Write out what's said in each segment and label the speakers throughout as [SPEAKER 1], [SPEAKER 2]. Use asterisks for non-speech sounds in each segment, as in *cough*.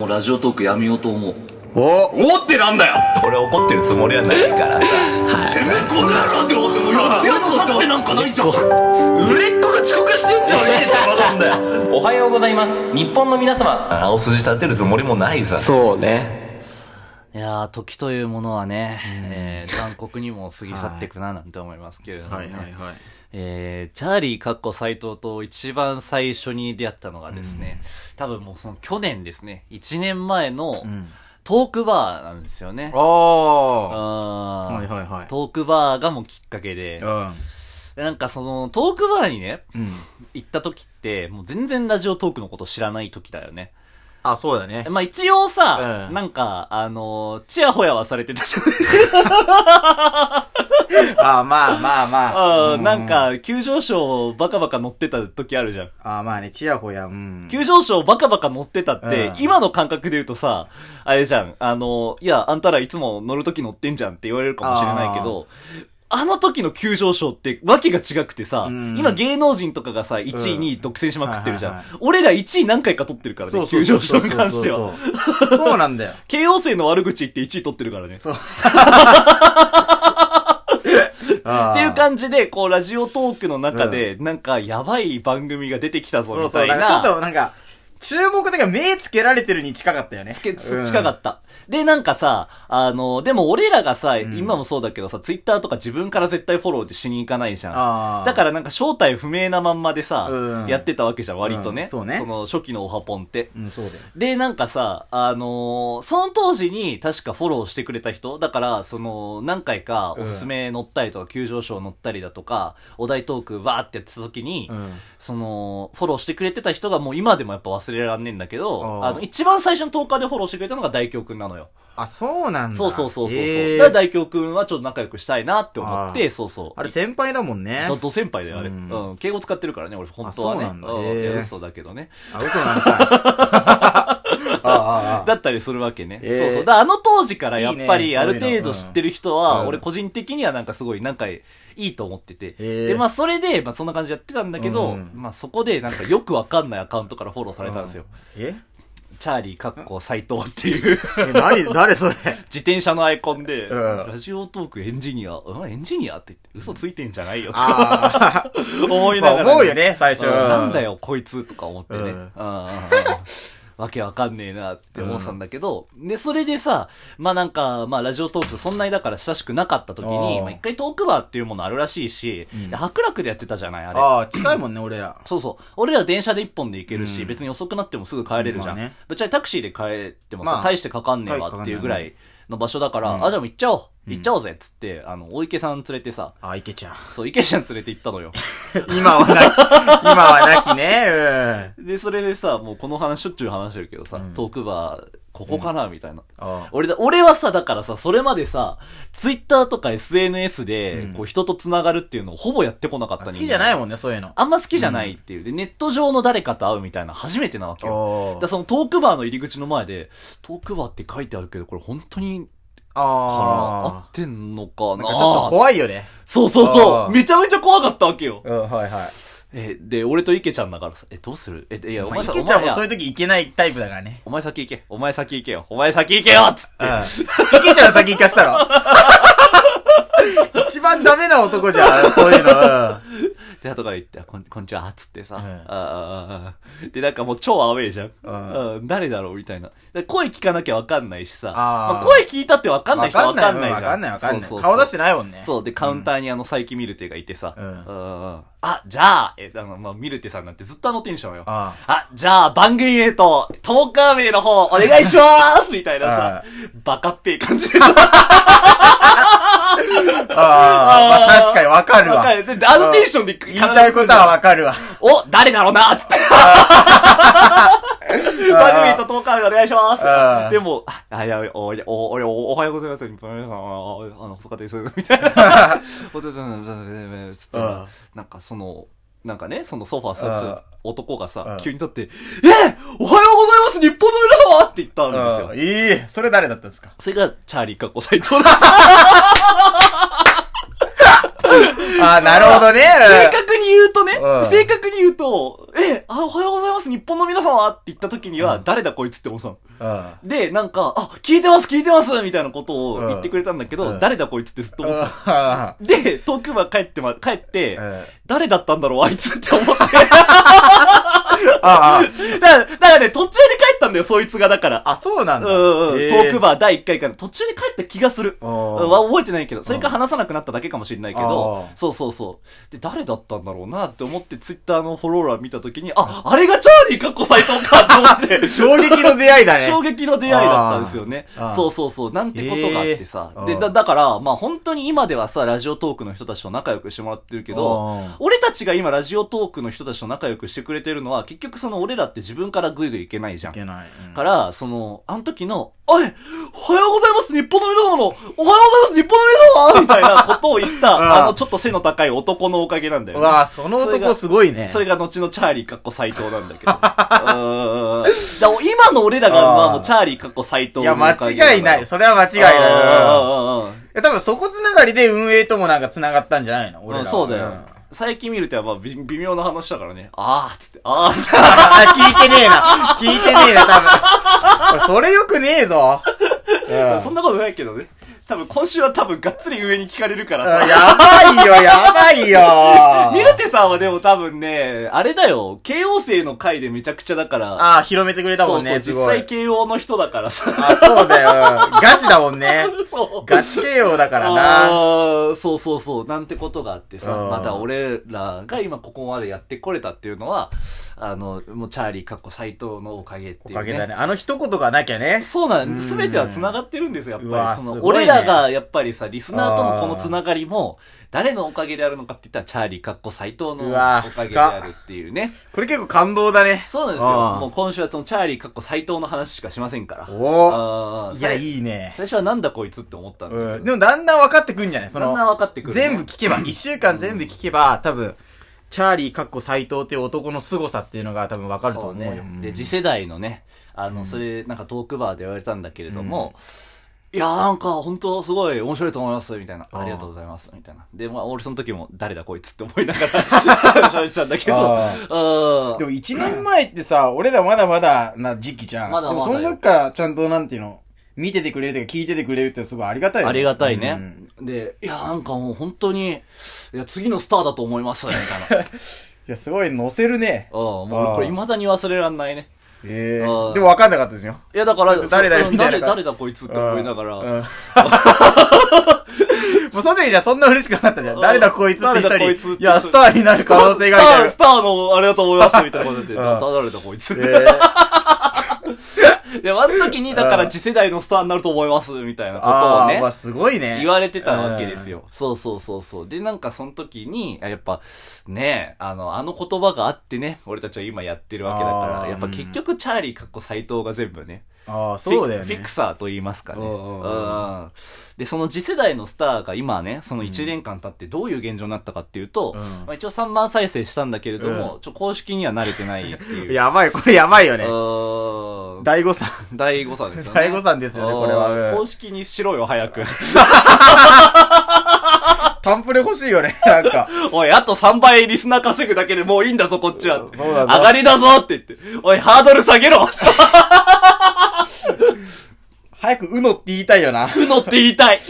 [SPEAKER 1] もうラジオトークやめようと思う
[SPEAKER 2] お
[SPEAKER 1] おってなんだよ
[SPEAKER 3] 俺怒ってるつもりはないから
[SPEAKER 1] てめえこの野郎って思ってもうやってやっと立ってなんかないじゃん売れっ子が遅刻してんじゃねえってバカなんだ
[SPEAKER 3] *laughs*
[SPEAKER 1] よ
[SPEAKER 3] おはようございます日本の皆様青筋立てるつもりもないさ
[SPEAKER 2] そうね
[SPEAKER 4] いやー、時というものはね、えー残酷にも過ぎ去っていくななんて思いますけれどもね。
[SPEAKER 2] はいはいはい
[SPEAKER 4] えー、チャーリーかっこ斎藤と一番最初に出会ったのがですね、多分もうその去年ですね、1年前のトークバーなんですよね。
[SPEAKER 2] ああ
[SPEAKER 4] あー
[SPEAKER 2] はいはいはい
[SPEAKER 4] トークバーがもうきっかけで、でなんかそのトークバーにね、
[SPEAKER 2] うん、うん、
[SPEAKER 4] 行った時って、もう全然ラジオトークのこと知らない時だよね。
[SPEAKER 2] あそう
[SPEAKER 4] *laughs*
[SPEAKER 2] だね
[SPEAKER 4] まあ一応さ、
[SPEAKER 2] うん
[SPEAKER 4] なんか、あのー、ちやほやはされてたじゃない
[SPEAKER 2] あまあまあ *laughs* まあ
[SPEAKER 4] あーなんか、急上昇バカバカ乗ってた時あるじゃん。
[SPEAKER 2] あまあねちやほやうん
[SPEAKER 4] 急上昇バカバカ乗ってたって、
[SPEAKER 2] うん
[SPEAKER 4] 今の感覚で言うとさ、あれじゃん、あの、いや、あんたらいつも乗る時乗ってんじゃんって言われるかもしれないけど、あの時の急上昇ってわけが違くてさ、
[SPEAKER 2] うん
[SPEAKER 4] 今芸能人とかがさ、1位、
[SPEAKER 2] うん
[SPEAKER 4] 2位独占しまくってるじゃん。
[SPEAKER 2] はいはい
[SPEAKER 4] 俺ら1位何回か取ってるからね、急上昇に関しては。
[SPEAKER 2] そうそうなんだよ
[SPEAKER 4] 慶応生の悪口言って1位取ってるからね。 *laughs*
[SPEAKER 2] そう
[SPEAKER 4] っていう
[SPEAKER 2] 感
[SPEAKER 4] 感じで、こう、ラジオトークの中で、なんか、やばい番組が出てきたぞ、
[SPEAKER 2] そう
[SPEAKER 4] み
[SPEAKER 2] そ
[SPEAKER 4] た
[SPEAKER 2] う。
[SPEAKER 4] い
[SPEAKER 2] なん
[SPEAKER 4] な。
[SPEAKER 2] かちょっとなんか、注目だけ目つけられてるに近かったよね。
[SPEAKER 4] つけ、
[SPEAKER 2] うん
[SPEAKER 4] 近かった。で、なんかさ、あの、でも俺らがさ、今もそうだけどさ、ツイッターとか自分から絶対フォローってしに行かないじゃん。
[SPEAKER 2] ああ。
[SPEAKER 4] だからなんか正体不明なまんまでさ、
[SPEAKER 2] うん
[SPEAKER 4] やってたわけじゃん、割とね。
[SPEAKER 2] うんそうね
[SPEAKER 4] の初期のオハポンって。
[SPEAKER 2] うん、そうだよ。
[SPEAKER 4] で、なんかさ、あのーその当時に確かフォローしてくれた人、だから、その、何回かおすすめ乗ったりとか、急上昇乗ったりだとか、お題トークわーってやってた時に、
[SPEAKER 2] うん。
[SPEAKER 4] その、フォローしてくれてた人がもう今でもやっぱ忘れらんねえんだけど、
[SPEAKER 2] あー
[SPEAKER 4] あの、一番最初の10日でフォローしてくれたのが大京くんなのよ。
[SPEAKER 2] あ、そうなんだ。
[SPEAKER 4] そうそうそうそうそう。
[SPEAKER 2] へー
[SPEAKER 4] だから大京くんはちょっと仲良くしたいなって思っ
[SPEAKER 2] あ
[SPEAKER 4] て、そうそう。
[SPEAKER 2] あれ先輩だもんね。
[SPEAKER 4] ど、ど先輩だよ、あれ。
[SPEAKER 2] う
[SPEAKER 4] うんん。敬語使ってるからね、俺、本当はね。
[SPEAKER 2] あそうなんだ
[SPEAKER 4] う
[SPEAKER 2] へー
[SPEAKER 4] いや嘘だけどね。
[SPEAKER 2] あ、嘘なんかい。ああ、ああ。
[SPEAKER 4] だったりするわけね。
[SPEAKER 2] えー
[SPEAKER 4] そうそう。だからあの当時からやっぱ
[SPEAKER 2] いい
[SPEAKER 4] り
[SPEAKER 2] ね
[SPEAKER 4] ある程度知ってる人は、
[SPEAKER 2] うん
[SPEAKER 4] 俺個人的にはなんかすごいなんかいいと思ってて。
[SPEAKER 2] えー
[SPEAKER 4] で、まあそれで、まあそんな感じでやってたんだけど、
[SPEAKER 2] うん
[SPEAKER 4] まあそこでなんかよくわかんないアカウントからフォローされたんですよ。
[SPEAKER 2] え
[SPEAKER 4] チャーリーかっこ斎藤っていう
[SPEAKER 2] *laughs* え、何誰それ
[SPEAKER 4] 自転車のアイコンで、
[SPEAKER 2] うん
[SPEAKER 4] ラジオトークエンジニア、うん、エンジニアって言って嘘ついてんじゃないよとか
[SPEAKER 2] ああ。
[SPEAKER 4] 思いな
[SPEAKER 2] まあ
[SPEAKER 4] がら、
[SPEAKER 2] 思うよね、最
[SPEAKER 4] う
[SPEAKER 2] 初。
[SPEAKER 4] ん。なんだ
[SPEAKER 2] よ。
[SPEAKER 4] よ、こいつとか思ってね。
[SPEAKER 2] うん
[SPEAKER 4] うんうんうんわけわかんねえなって思ってたんだけど、で、それでさ、まあなんか、まあラジオトークとそんなにだから親しくなかった時
[SPEAKER 2] あ
[SPEAKER 4] に、
[SPEAKER 2] ー
[SPEAKER 4] まあ一回トークバーっていうものあるらしいし、
[SPEAKER 2] ん
[SPEAKER 4] で白楽でやってたじゃない、あれ。
[SPEAKER 2] ああ、近いもんね、俺ら。
[SPEAKER 4] そうそう。俺ら電車で一本で行けるし、
[SPEAKER 2] うん
[SPEAKER 4] 別に遅くなってもすぐ帰れるじゃん。
[SPEAKER 2] まあね
[SPEAKER 4] ぶっちゃけタクシーで帰ってもさ、
[SPEAKER 2] まあ
[SPEAKER 4] 大してかかんねえわっていうぐらいの場所だから、
[SPEAKER 2] うん
[SPEAKER 4] あ、じゃあもう行っちゃおう。行っちゃおうぜっつって、あの、大池さん連れてさ、
[SPEAKER 2] ああ、いけちゃう。
[SPEAKER 4] そう、池ちゃん連れて行ったのよ。
[SPEAKER 2] *laughs* 今はなき、今はなきね。うん。
[SPEAKER 4] で、それでさ、もうこの話しょっちゅう話してるけどさ、トークバー、ここかなみたいな。
[SPEAKER 2] あ
[SPEAKER 4] 俺だ、俺はさ、だからさ、それまでさ、ツイッターとか SNS で
[SPEAKER 2] うん、
[SPEAKER 4] こう人と繋がるっていうのをほぼやってこなかった
[SPEAKER 2] あ。好
[SPEAKER 4] 人間
[SPEAKER 2] きじゃないもんね、そういうの。
[SPEAKER 4] あんま好きじゃないっていう。で、ネット上の誰かと会うみたいな初めてなわけよ。だか
[SPEAKER 2] お
[SPEAKER 4] ら
[SPEAKER 2] ー
[SPEAKER 4] そのトークバーの入り口の前で、トークバーって書いてあるけど、これ本当にから合
[SPEAKER 2] あ
[SPEAKER 4] ってんのか
[SPEAKER 2] あ。
[SPEAKER 4] な
[SPEAKER 2] なんかちょっと怖いよね。
[SPEAKER 4] そうそうそ
[SPEAKER 2] あー
[SPEAKER 4] うめちゃめちゃ怖かったわけよ
[SPEAKER 2] うん、はいはい。
[SPEAKER 4] え、で、俺と池ちゃんだからさ、え、どうするえ、いや、お
[SPEAKER 2] ま
[SPEAKER 4] 前
[SPEAKER 2] あ、い
[SPEAKER 4] さ、
[SPEAKER 2] けちゃん
[SPEAKER 4] お
[SPEAKER 2] も
[SPEAKER 4] 前
[SPEAKER 2] そうい
[SPEAKER 4] や
[SPEAKER 2] う時いけないタイプだからね。
[SPEAKER 4] お前先行け、お前先行けよ、お前先行けよつって。
[SPEAKER 2] *laughs* いけちゃん先行かせた
[SPEAKER 4] *laughs*
[SPEAKER 2] ろ。一番ダメな男じゃん、そういうの。
[SPEAKER 4] で、後から言って、あこんこんにちは、つってさ、
[SPEAKER 2] うん
[SPEAKER 4] あーあーあーで、なんかもう超アウェイじゃん。
[SPEAKER 2] ん
[SPEAKER 4] うん誰だろうみたいな。で声聞かなきゃわかんないしさ、
[SPEAKER 2] あー
[SPEAKER 4] まあ、声聞いたってわかんない人はわかんないじゃん。
[SPEAKER 2] わかんない、わかんな
[SPEAKER 4] そうそ
[SPEAKER 2] い。
[SPEAKER 4] うそう
[SPEAKER 2] 顔出してないもんね。
[SPEAKER 4] そう。で、カウンターにあの、佐伯ミルテがいてさ。
[SPEAKER 2] うん
[SPEAKER 4] ん。あ、じゃあ、え、あの、まあ、ミルテさんなんてずっとあのテンションよ。
[SPEAKER 2] あ
[SPEAKER 4] あじゃあ、番組へと、トーカー名の方、お願いしまーすみたいな
[SPEAKER 2] あ
[SPEAKER 4] さ、バカっぺい感じでさ、
[SPEAKER 2] ああ、まあ、確かにわかる
[SPEAKER 4] わ
[SPEAKER 2] わ
[SPEAKER 4] か。るでであのテンションで
[SPEAKER 2] 言いたいことはわかるわ。
[SPEAKER 4] お、誰だろうな
[SPEAKER 2] *laughs*
[SPEAKER 4] っつって。番組へとトーカー名お願いしま
[SPEAKER 2] あー
[SPEAKER 4] すでも、ああ、いや、お、いやお、お、おおはようございます。皆さん、あの、細かったです。みたい
[SPEAKER 2] *laughs*
[SPEAKER 4] な。お疲れ様です。つって
[SPEAKER 2] あー
[SPEAKER 4] なんかその、なんかね、そのソファーさ
[SPEAKER 2] あー
[SPEAKER 4] す男がさ
[SPEAKER 2] あー、
[SPEAKER 4] 急に立って、えおはようございます日本の皆様って言ったんです
[SPEAKER 2] う
[SPEAKER 4] よ。
[SPEAKER 2] んいい、それ誰だったん
[SPEAKER 4] *laughs*
[SPEAKER 2] ですか
[SPEAKER 4] それが、チャーリーかっこ斎藤だ
[SPEAKER 2] *laughs*
[SPEAKER 4] った。
[SPEAKER 2] ああ、なるほどね。
[SPEAKER 4] 正確にに言うとね、
[SPEAKER 2] うん
[SPEAKER 4] 正確に言うと、え、あ、おはようございます、日本の皆様って言った時には、誰だこいつって思ってたの。
[SPEAKER 2] あ
[SPEAKER 4] で、なんか、あ、聞いてます、聞いてますみたいなことを言ってくれたんだけど、
[SPEAKER 2] うん
[SPEAKER 4] 誰だこいつってずっと思ってたの。
[SPEAKER 2] あ
[SPEAKER 4] で、トークバー帰ってま、帰って、
[SPEAKER 2] うん
[SPEAKER 4] 誰だったんだろう、あいつって思って。
[SPEAKER 2] あ
[SPEAKER 4] だから、だからね、途中で帰ったんだよ、そいつが、だから。
[SPEAKER 2] あ、そうなん
[SPEAKER 4] うん
[SPEAKER 2] だ。
[SPEAKER 4] うんうん、
[SPEAKER 2] へ
[SPEAKER 4] トークバー第1回から途中で帰った気がする。
[SPEAKER 2] あ
[SPEAKER 4] うん
[SPEAKER 2] ー
[SPEAKER 4] は覚えてないけど、それか話さなくなっただけかもしれないけど
[SPEAKER 2] あ、ー
[SPEAKER 4] そうそうそう。で、誰だったんだろうなって思って、ツイッターのフォロー欄見たときに、あ、あれがチャーリーかっこ斎藤かと思って。
[SPEAKER 2] 衝撃の出会いだね。
[SPEAKER 4] 衝撃の出会いだったんですよね
[SPEAKER 2] あーあ。ー
[SPEAKER 4] そうそうそう。なんてことがあってさ。
[SPEAKER 2] えー
[SPEAKER 4] でだ、だから、まあ本当に今ではさ、ラジオトークの人たちと仲良くしてもらってるけど
[SPEAKER 2] あー、
[SPEAKER 4] 俺たちが今ラジオトークの人たちと仲良くしてくれてるのは、結局その俺らって自分からグイグイいけないじゃん
[SPEAKER 2] い。けない。うん
[SPEAKER 4] から、その、あの時の、おいおはようございます日本の皆様のおはようございます日本の皆様みたいなことを言っ
[SPEAKER 2] あ
[SPEAKER 4] た、
[SPEAKER 2] あ
[SPEAKER 4] あのちょっと背の高い男のおかげなんだよ
[SPEAKER 2] う
[SPEAKER 4] ね。
[SPEAKER 2] わあその男すごいね。
[SPEAKER 4] それが後のチャーリーかっこ斎藤なんだけ
[SPEAKER 2] *laughs*
[SPEAKER 4] ど。うーんだから今の俺らが、まあもうチャーリーかっこ斎藤
[SPEAKER 2] いや、間違いない。
[SPEAKER 4] 違
[SPEAKER 2] それは間違い
[SPEAKER 4] い
[SPEAKER 2] ないうん。
[SPEAKER 4] ない
[SPEAKER 2] や、多分そこつながりで運営ともなんかつながったんじゃないの
[SPEAKER 4] い。
[SPEAKER 2] 俺
[SPEAKER 4] う
[SPEAKER 2] ら
[SPEAKER 4] ん
[SPEAKER 2] は。
[SPEAKER 4] そうだよ
[SPEAKER 2] んあ。
[SPEAKER 4] 最近見るとやっぱ微微妙な話だからね。あーっつって、あーっつって。
[SPEAKER 2] ー *laughs* 聞いてねえな。聞いてねえな、多分。それよくねえぞ。うん
[SPEAKER 4] そんなことないけどね。多分今週は多分がっつり上に聞かれるからさ。
[SPEAKER 2] やばいよ、やばいよ。
[SPEAKER 4] ミルテさんはでも多分ね、あれだよ、慶応生の回でめちゃくちゃだから、
[SPEAKER 2] ああ、広めてくれたもんね、
[SPEAKER 4] そ
[SPEAKER 2] す
[SPEAKER 4] うそう、
[SPEAKER 2] ご
[SPEAKER 4] 実
[SPEAKER 2] い
[SPEAKER 4] 際。慶応の人だからさ。
[SPEAKER 2] あ、そうだよ。ガチだもんね。
[SPEAKER 4] *laughs* そう。
[SPEAKER 2] ガチ慶応だから
[SPEAKER 4] あ
[SPEAKER 2] な。
[SPEAKER 4] ーそうそうそう、なんてことがあってさ、
[SPEAKER 2] うん
[SPEAKER 4] また俺らが今ここまでやってこれたっていうのは、あの、もうチャーリーかっこ斎藤のおかげっていう、
[SPEAKER 2] お
[SPEAKER 4] ね。
[SPEAKER 2] かげだね。あの一言がなきゃね。
[SPEAKER 4] そうなん、すべては繋がってるんですよ、やっ
[SPEAKER 2] う
[SPEAKER 4] ぱ
[SPEAKER 2] わ
[SPEAKER 4] り。そ
[SPEAKER 2] す
[SPEAKER 4] の、
[SPEAKER 2] ごい
[SPEAKER 4] 俺
[SPEAKER 2] ね
[SPEAKER 4] らが、やっぱりさ、リスナーとのこの繋がりも、誰のおかげであるのかって言ったら、チャーリーかっこ斎藤の
[SPEAKER 2] う
[SPEAKER 4] お
[SPEAKER 2] わ
[SPEAKER 4] かげであるっていうね。
[SPEAKER 2] これ結構感動だね。
[SPEAKER 4] そうなんです
[SPEAKER 2] あ
[SPEAKER 4] よ
[SPEAKER 2] ー。
[SPEAKER 4] もう今週はそのチャーリーかっこ斎藤の話しかしませんから。
[SPEAKER 2] お
[SPEAKER 4] あ
[SPEAKER 2] お。
[SPEAKER 4] ー
[SPEAKER 2] いや、
[SPEAKER 4] 最
[SPEAKER 2] いいね。
[SPEAKER 4] 最初はなんだこいつって思ったんだけど。
[SPEAKER 2] うん。でもだんだん分かってくんじゃないそ
[SPEAKER 4] だんだん
[SPEAKER 2] の、
[SPEAKER 4] 分かってくる、ね。
[SPEAKER 2] 全部聞けば、一週間全部聞けば、多分、チャーリーかっこ斎藤っていう男の凄さっていうのが多分分かると
[SPEAKER 4] そう
[SPEAKER 2] 思うよ。う
[SPEAKER 4] ね。
[SPEAKER 2] ん
[SPEAKER 4] で、次世代のね、あの、それ、なんかトークバーで言われたんだけれども、いやーなんか本当すごい面白いと思います、みたいな。
[SPEAKER 2] あー
[SPEAKER 4] ありがとうございます、みたいな。で、まあ俺その時も誰だこいつって思いな
[SPEAKER 2] *laughs*
[SPEAKER 4] がら喋ってたんだけど、
[SPEAKER 2] あ
[SPEAKER 4] うん
[SPEAKER 2] で。も一年前ってさ、俺らまだまだな時期じゃん。
[SPEAKER 4] まだまだ
[SPEAKER 2] でもその時からちゃんとなんていうの、見ててくれるというか聞いててくれるってすごいありがたいよ
[SPEAKER 4] ありがたいうね
[SPEAKER 2] ん。
[SPEAKER 4] で、いやーなんかもう本当に、いや、次のスターだと思います、み
[SPEAKER 2] *laughs*
[SPEAKER 4] たいな。
[SPEAKER 2] いや、すごい乗せるね。
[SPEAKER 4] うん、もう俺これ未だに忘れらんないね。
[SPEAKER 2] ええ
[SPEAKER 4] あー
[SPEAKER 2] でも分かんなかったですよ。
[SPEAKER 4] いや、だから、
[SPEAKER 2] そいつ誰だよ
[SPEAKER 4] そう
[SPEAKER 2] みたいな
[SPEAKER 4] 誰、誰だこいつって思いながら。
[SPEAKER 2] うんうん *laughs* もうその時じゃそんな嬉しくなかったじゃん。
[SPEAKER 4] うん
[SPEAKER 2] 誰だこいつって人
[SPEAKER 4] 誰だこいつ
[SPEAKER 2] に、
[SPEAKER 4] って
[SPEAKER 2] いや、スターになる可能性がある
[SPEAKER 4] スター、スターの、あれだと思います、みたいなことで、
[SPEAKER 2] うん
[SPEAKER 4] だ誰だこいつ。
[SPEAKER 2] みたいな。えー
[SPEAKER 4] いや、あの時に、だか
[SPEAKER 2] う
[SPEAKER 4] ら
[SPEAKER 2] ん
[SPEAKER 4] 次世代のスターになると思います、みたいなことを
[SPEAKER 2] ああ、
[SPEAKER 4] ね
[SPEAKER 2] まあ、すごいね。
[SPEAKER 4] 言われてたわけですよ。そうそうそうそう。で、なんかその時に、あやっぱ、ねえ、あの、あの言葉があってね、俺たちは今やってるわけだか
[SPEAKER 2] あ
[SPEAKER 4] ら、
[SPEAKER 2] ー
[SPEAKER 4] やっぱ結局、チャーリーかっこ斎藤が全部ね、
[SPEAKER 2] うん。ああ、そうだよ
[SPEAKER 4] フィフィ
[SPEAKER 2] ね
[SPEAKER 4] ク。サーと言いますかね。
[SPEAKER 2] おうおう
[SPEAKER 4] う
[SPEAKER 2] おう
[SPEAKER 4] んで、その次世代のスターが今ね、その1年間経ってどういう現状になったかっていうと、
[SPEAKER 2] うん
[SPEAKER 4] まあ、一応3万再生したんだけれども、ちょ公式には慣れてないっていう。
[SPEAKER 2] やばい、これやばいよ
[SPEAKER 4] う
[SPEAKER 2] ね。
[SPEAKER 4] ーん、
[SPEAKER 2] 大誤算。
[SPEAKER 4] 第5さですよね。
[SPEAKER 2] 大誤算ですよねこれは
[SPEAKER 4] あー
[SPEAKER 2] うん
[SPEAKER 4] 公式にしろよ、早く。 *laughs*
[SPEAKER 2] タンプレ欲しいよね、 *laughs* なんか。
[SPEAKER 4] おい、あと3倍リスナー稼ぐだけでもういいんだぞ、こっちは。
[SPEAKER 2] そうだ
[SPEAKER 4] 上
[SPEAKER 2] ぞ
[SPEAKER 4] がりだぞって言って。おい、ハードル下げろ
[SPEAKER 2] 早く、うのって言いたいよな。 *laughs*
[SPEAKER 4] うのって言いたい。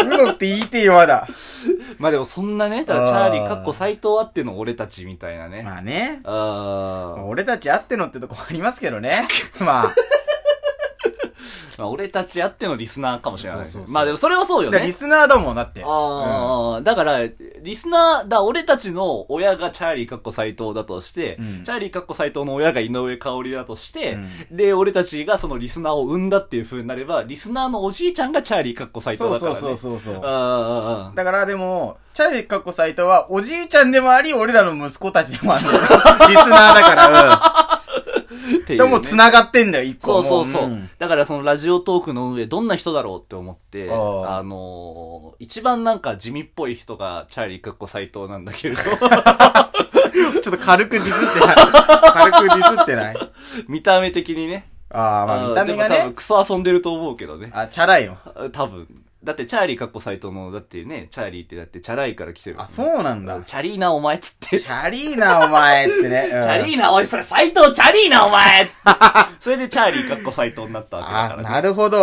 [SPEAKER 2] うのって言いてよ、まだ。
[SPEAKER 4] *laughs* まあでもそんなね、だからチャーリー、
[SPEAKER 2] あー
[SPEAKER 4] かっこ斎藤あっての俺たちみたいなね。
[SPEAKER 2] まあね。
[SPEAKER 4] あー
[SPEAKER 2] 俺たちあってのってとこありますけど
[SPEAKER 4] *laughs*
[SPEAKER 2] ね。まあ。
[SPEAKER 4] まあ、俺たちあってのリスナーかもしれないです
[SPEAKER 2] そうそうそう
[SPEAKER 4] まあでもそれはそうよ
[SPEAKER 2] だから
[SPEAKER 4] ね。
[SPEAKER 2] リスナーだもん、だって。
[SPEAKER 4] ああ、だから、リスナー、だ、俺たちの親がチャーリーかっこ斎藤だとして、
[SPEAKER 2] うん
[SPEAKER 4] チャーリーかっこ斎藤の親が井上香織だとして、
[SPEAKER 2] う
[SPEAKER 4] で、俺たちがそのリスナーを生んだっていう風になれば、リスナーのおじいちゃんがチャーリーかっこ斎藤
[SPEAKER 2] そう
[SPEAKER 4] だから、
[SPEAKER 2] そう
[SPEAKER 4] ね。
[SPEAKER 2] そうそうそう。
[SPEAKER 4] あー
[SPEAKER 2] だからでも、チャーリーかっこ斎藤は、おじいちゃんでもあり、俺らの息子たちでもあるのリスナーだから、
[SPEAKER 4] って
[SPEAKER 2] う
[SPEAKER 4] いう
[SPEAKER 2] ん。で
[SPEAKER 4] ね
[SPEAKER 2] も繋がってんだよ、一
[SPEAKER 4] そ
[SPEAKER 2] 個
[SPEAKER 4] うそうそう。
[SPEAKER 2] ん
[SPEAKER 4] だからそのラジオトークの上、どんな人だろうって思って、
[SPEAKER 2] あー
[SPEAKER 4] あのー一番なんか地味っぽい人がチャーリーかっこ斎藤なんだけれ
[SPEAKER 2] *laughs*
[SPEAKER 4] ど、
[SPEAKER 2] ちょっと軽くディスってない。 *laughs* 軽くディスってない。
[SPEAKER 4] 見た目的にね。
[SPEAKER 2] ああ、まあ見た目
[SPEAKER 4] で
[SPEAKER 2] が
[SPEAKER 4] も多分
[SPEAKER 2] ね。
[SPEAKER 4] クソ遊んでると思うけどね。
[SPEAKER 2] あ、チャラいの。
[SPEAKER 4] 多分。だって、チャーリーかっこ斎藤の、だってね、チャーリーってだって、チャラいから来てる。
[SPEAKER 2] あ、そうなんだ。
[SPEAKER 4] チャリーなお前っつって。
[SPEAKER 2] チャリーな、お前っつってね。うん
[SPEAKER 4] チャリーナ、おい、それ、斎藤チャリーナ、お前それでチャーリーかっこ斎藤になったわけだ
[SPEAKER 2] あ
[SPEAKER 4] か、ら、
[SPEAKER 2] *laughs* なるほど。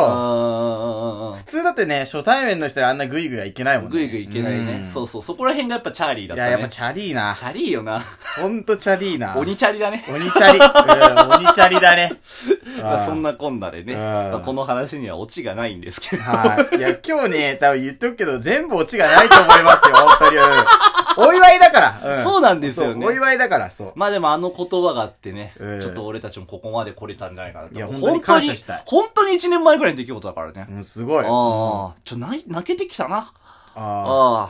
[SPEAKER 4] あ
[SPEAKER 2] 普通だってね、初対面の人であんなグイグイはいけないもんね。
[SPEAKER 4] ぐいぐいいけないね
[SPEAKER 2] う。ん
[SPEAKER 4] そうそう、そこら辺がやっぱチャーリーだっ
[SPEAKER 2] い
[SPEAKER 4] た
[SPEAKER 2] や、
[SPEAKER 4] ね。
[SPEAKER 2] やっぱチャリーな
[SPEAKER 4] チ。ャリーよな。
[SPEAKER 2] ほんとチャリーな。
[SPEAKER 4] 鬼チャリだね。
[SPEAKER 2] 鬼チャリ。うん鬼チャリだね。
[SPEAKER 4] *laughs* まあそんなこんなでね、
[SPEAKER 2] うん
[SPEAKER 4] まあこの話にはオチがないんですけど。
[SPEAKER 2] はい。いや、今日ね、多分言っとくけど、全部オチがないと思いますよ、本当に。うんお祝いだから。
[SPEAKER 4] そうなんですよね
[SPEAKER 2] そうお祝いだから、そう。
[SPEAKER 4] まあでもあの言葉があってね、
[SPEAKER 2] ええ
[SPEAKER 4] ちょっと俺たちもここまで来れたんじゃないかなと。
[SPEAKER 2] いや
[SPEAKER 4] もう
[SPEAKER 2] 本当に感謝したい
[SPEAKER 4] 本当に1年前くらいの出来事だからね。
[SPEAKER 2] うん、すご
[SPEAKER 4] あ
[SPEAKER 2] い。
[SPEAKER 4] あ、ちょ、泣い、泣けてきたな。
[SPEAKER 2] あ
[SPEAKER 4] ああ。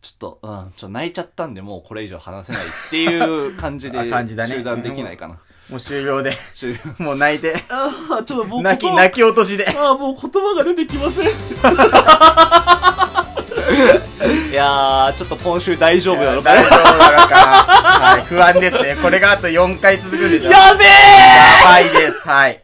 [SPEAKER 4] ちょっと、うん、ちょ、泣いちゃったんで、もうこれ以上話せないっていう感じ
[SPEAKER 2] あ
[SPEAKER 4] で、
[SPEAKER 2] 感じだね
[SPEAKER 4] 中断できないかな。
[SPEAKER 2] ーもう終了で。 *laughs*
[SPEAKER 4] 終了
[SPEAKER 2] もう泣いて。
[SPEAKER 4] ああ、ちょっともう
[SPEAKER 2] 泣き、
[SPEAKER 4] 言葉
[SPEAKER 2] 泣き落としで。
[SPEAKER 4] ああ、もう言葉が出てきません。 *laughs* いやー、ちょっと今週大丈夫なのかな
[SPEAKER 2] 大丈夫なのか。はい、不安ですね。これがあと4回続くんでしょ。や
[SPEAKER 4] やべえ
[SPEAKER 2] ばいです。はい。